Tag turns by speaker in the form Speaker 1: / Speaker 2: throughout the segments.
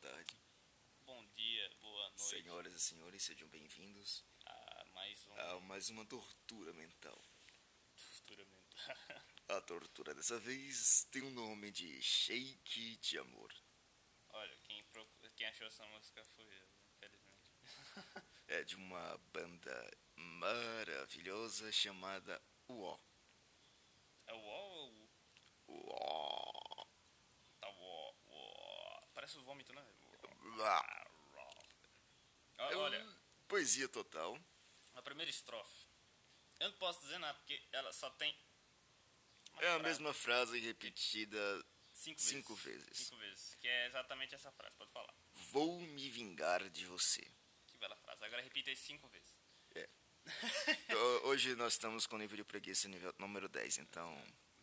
Speaker 1: tarde,
Speaker 2: Bom dia, boa noite
Speaker 1: senhoras e senhores, sejam bem-vindos
Speaker 2: a mais um uma
Speaker 1: a mais uma tortura mental.
Speaker 2: tortura mental.
Speaker 1: A tortura dessa vez tem o nome de Shake de Amor.
Speaker 2: Olha, quem, procura, quem achou essa música foi eu, infelizmente.
Speaker 1: É de uma banda maravilhosa chamada UO.
Speaker 2: É o ó ou o
Speaker 1: UO.
Speaker 2: tá o ó? o ó? Parece o vômito, né?
Speaker 1: Uá. É
Speaker 2: Olha,
Speaker 1: um-
Speaker 2: olha,
Speaker 1: Poesia total.
Speaker 2: a primeira estrofe. Eu não posso dizer nada, porque ela só tem. uma
Speaker 1: É a
Speaker 2: frase,
Speaker 1: mesma frase repetida.
Speaker 2: Cinco,
Speaker 1: cinco
Speaker 2: vezes.
Speaker 1: vezes.
Speaker 2: Cinco vezes. Que é exatamente essa frase, pode falar.
Speaker 1: Vou me vingar de você.
Speaker 2: Que bela frase. Agora repita aí cinco vezes.
Speaker 1: É. Ho- Hoje nós estamos com o nível de preguiça nível número 10, então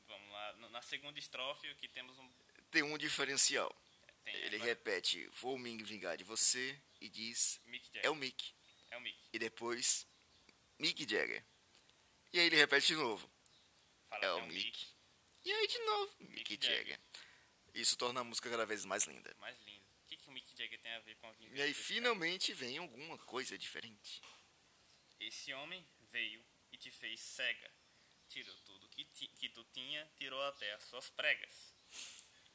Speaker 2: Vamos lá. no- Na segunda estrofe, o que temos um.
Speaker 1: tem um diferencial.
Speaker 2: Tem
Speaker 1: Ele
Speaker 2: agora-
Speaker 1: repete, vou me vingar de você, e diz,
Speaker 2: Mick Jagger.
Speaker 1: é o Mick.
Speaker 2: É o Mick.
Speaker 1: E depois, Mick Jagger. E aí ele repete de novo,
Speaker 2: Fala, um
Speaker 1: é o Mick. E aí de novo, Mick Jagger. Isso torna a música cada vez mais linda.
Speaker 2: Mais lindo. O que, que o Mick Jagger tem a ver com a vingança?
Speaker 1: E aí
Speaker 2: desse
Speaker 1: finalmente vem alguma coisa diferente.
Speaker 2: cara? Esse homem veio e te fez cega. Tirou tudo que, ti- que tu tinha, tirou até as suas pregas.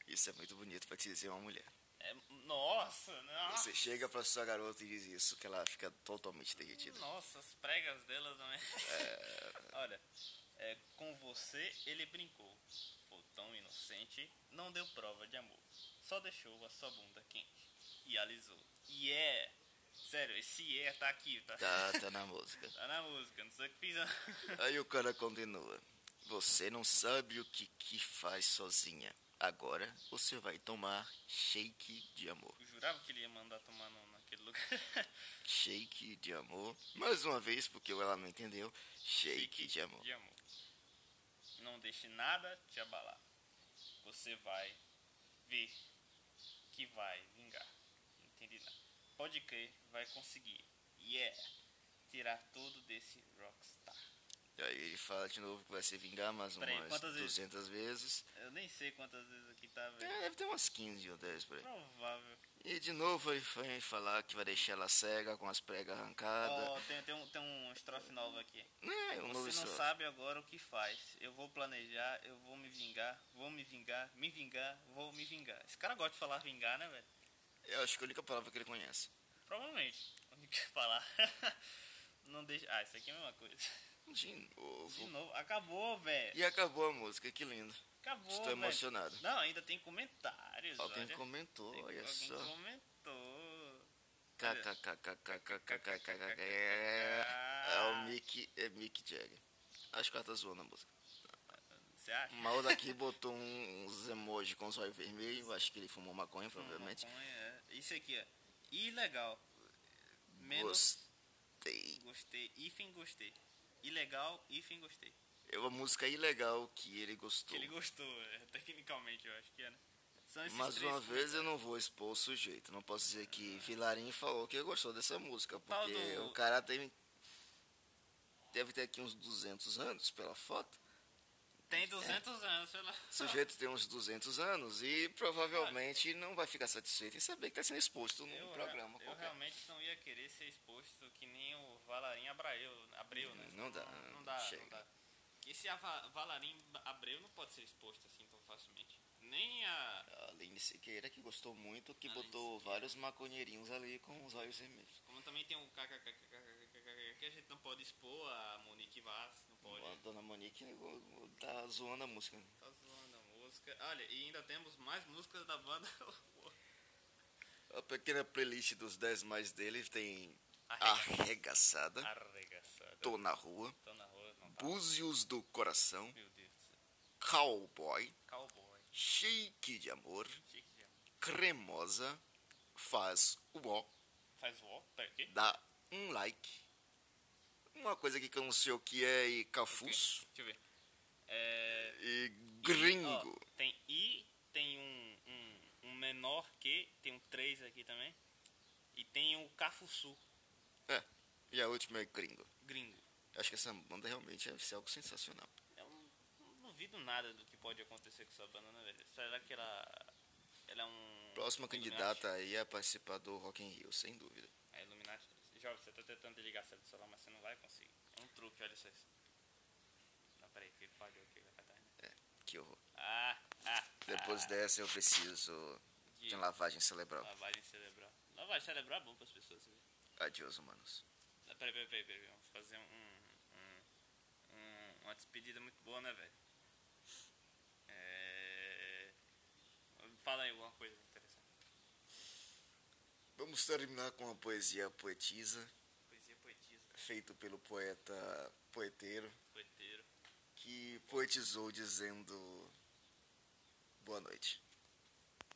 Speaker 1: Isso é muito bonito pra te dizer uma mulher.
Speaker 2: É, nossa, né? Ah, nossa.
Speaker 1: Você chega pra sua garota e diz isso, que ela fica totalmente derretida.
Speaker 2: Nossa, as pregas dela também. Olha, é, com você ele brincou. Foi tão inocente, não deu prova de amor. Só deixou a sua bunda quente. E alisou. E é. Sério, esse é tá aqui, tá?
Speaker 1: Tá, tá na música.
Speaker 2: Tá na música, não sei o que fiz. não.
Speaker 1: Aí o cara continua. Você não sabe o que, que faz sozinha. Agora você vai tomar shake de amor.
Speaker 2: Eu jurava que ele ia mandar tomar no, naquele lugar.
Speaker 1: Shake de amor. Mais uma vez, porque ela não entendeu. Shake de amor.
Speaker 2: De amor. Não deixe nada te abalar. Você vai ver que vai vingar. Não Entendi nada. Pode crer, vai conseguir. Yeah! Tirar tudo desse rockstar.
Speaker 1: Aí ele fala de novo que vai se vingar mais
Speaker 2: Peraí,
Speaker 1: umas
Speaker 2: quantas vezes?
Speaker 1: 200 vezes.
Speaker 2: Eu nem sei quantas vezes aqui tá,
Speaker 1: É,
Speaker 2: velho.
Speaker 1: deve ter umas 15 ou 10 por aí.
Speaker 2: Provável.
Speaker 1: E de novo ele foi falar que vai deixar ela cega com as pregas arrancadas.
Speaker 2: Ó, tem, tem, um, tem um estrofe novo aqui.
Speaker 1: Né, um novo
Speaker 2: Você não
Speaker 1: estrofe.
Speaker 2: sabe agora o que faz. Eu vou planejar, eu vou me vingar, vou me vingar, me vingar, vou me vingar. Esse cara gosta de falar vingar, né, velho?
Speaker 1: Eu acho que é a única palavra que ele conhece.
Speaker 2: Provavelmente. Onde que falar? Não deixa. Ah, isso aqui é a mesma coisa.
Speaker 1: De
Speaker 2: De
Speaker 1: novo.
Speaker 2: novo, acabou, velho.
Speaker 1: E acabou a música, que lindo.
Speaker 2: Acabou.
Speaker 1: Estou
Speaker 2: velho.
Speaker 1: emocionado.
Speaker 2: Não, ainda tem comentários.
Speaker 1: Alguém
Speaker 2: olha.
Speaker 1: comentou,
Speaker 2: Tem-
Speaker 1: olha
Speaker 2: alguém
Speaker 1: só.
Speaker 2: comentou.
Speaker 1: KKKKKKKKKKK. É o Mick, é Mick Jagger. Acho que ela tá zoando a música.
Speaker 2: Você acha?
Speaker 1: O Mal daqui botou um- uns emojis com os olhos vermelhos. Acho que ele fumou maconha,
Speaker 2: Uma
Speaker 1: provavelmente.
Speaker 2: maconha, é. Isso aqui, ó. Ilegal. Menos
Speaker 1: Gostei.
Speaker 2: gostei. Ifem gostei. Ilegal, ifem gostei.
Speaker 1: É uma música ilegal que ele
Speaker 2: Que
Speaker 1: gostou.
Speaker 2: ele gostou, é, tecnicamente, eu acho que é, né? São esses
Speaker 1: Mais
Speaker 2: três
Speaker 1: uma
Speaker 2: pontos.
Speaker 1: vez eu não vou expor o sujeito. Não posso dizer que Vilarim falou que ele gostou dessa música.
Speaker 2: Tal
Speaker 1: Porque
Speaker 2: do-
Speaker 1: o cara tem. Deve ter aqui uns 200 anos pela foto.
Speaker 2: Tem 200
Speaker 1: é.
Speaker 2: anos, sei lá.
Speaker 1: O sujeito tem uns 200 anos e provavelmente não vai ficar satisfeito em saber que está sendo exposto num
Speaker 2: Eu,
Speaker 1: um
Speaker 2: né?
Speaker 1: programa
Speaker 2: eu
Speaker 1: qualquer.
Speaker 2: realmente não ia querer ser exposto que nem o Valarim Abreu, Abreu né?
Speaker 1: Não dá,
Speaker 2: Não,
Speaker 1: não
Speaker 2: dá,
Speaker 1: chega.
Speaker 2: não dá. Porque se a Va- Valarim Abreu não pode ser exposto assim tão facilmente. Nem a...
Speaker 1: A Aline Siqueira, que gostou muito, que
Speaker 2: Aline
Speaker 1: botou
Speaker 2: Siqueira.
Speaker 1: vários maconheirinhos ali com os olhos vermelhos.
Speaker 2: Como também tem o kkkkkk que a gente não pode expor, a Monique Vaz, não pode.
Speaker 1: A dona Monique o- o- tá zoando a música. né?
Speaker 2: Tá zoando a música. Olha, e ainda temos mais músicas da banda.
Speaker 1: A pequena playlist dos 10 mais dele tem
Speaker 2: Arrega-
Speaker 1: Arregaçada,
Speaker 2: Arregaçada.
Speaker 1: Ah. Tô na Rua,
Speaker 2: Tô na rua, não tá.
Speaker 1: Búzios do Coração,
Speaker 2: Meu Deus do céu.
Speaker 1: Cowboy,
Speaker 2: Cowboy.
Speaker 1: Shake de Amor,
Speaker 2: Chique de amor.
Speaker 1: Cremosa, Faz o Ó.
Speaker 2: Faz o ó, pera, o quê?
Speaker 1: dá um like. Uma coisa aqui que eu não sei o que é e cafuz.
Speaker 2: Deixa eu ver. É,
Speaker 1: E
Speaker 2: ó,
Speaker 1: gringo.
Speaker 2: tem I, tem um, um, um menor que, tem um 3 aqui também. E tem o Cafuçu,
Speaker 1: É. E a última é gringo.
Speaker 2: gringo.
Speaker 1: Acho que essa banda realmente deve ser algo sensacional.
Speaker 2: Eu não, não duvido nada do que pode acontecer com essa banda, né, velho? Será que ela, ela é um.
Speaker 1: Próxima candidata aí a participar do Rock in Rio, sem dúvida.
Speaker 2: A É Illuminati. Jovem, você tá tentando desligar a do celular, mas você não vai conseguir. É um truque, olha isso. aí. Não, peraí, que falhou aqui, vai pra trás. né?
Speaker 1: Que horror.
Speaker 2: Ah, ah.
Speaker 1: Depois
Speaker 2: ah,
Speaker 1: dessa eu preciso
Speaker 2: de
Speaker 1: de lavagem cerebral.
Speaker 2: lavagem cerebral. Lavagem cerebral é bom pras pessoas, viu?
Speaker 1: Adiós, humanos.
Speaker 2: Ah, Peraí, peraí, peraí, peraí. Vamos fazer um, um- um- uma despedida muito boa, né, velho? É... Fala aí alguma coisa interessante.
Speaker 1: Vamos terminar com uma poesia poetisa,
Speaker 2: Poesia poetisa,
Speaker 1: feita pelo poeta poeteiro,
Speaker 2: poeteiro.
Speaker 1: que poetizou dizendo boa noite.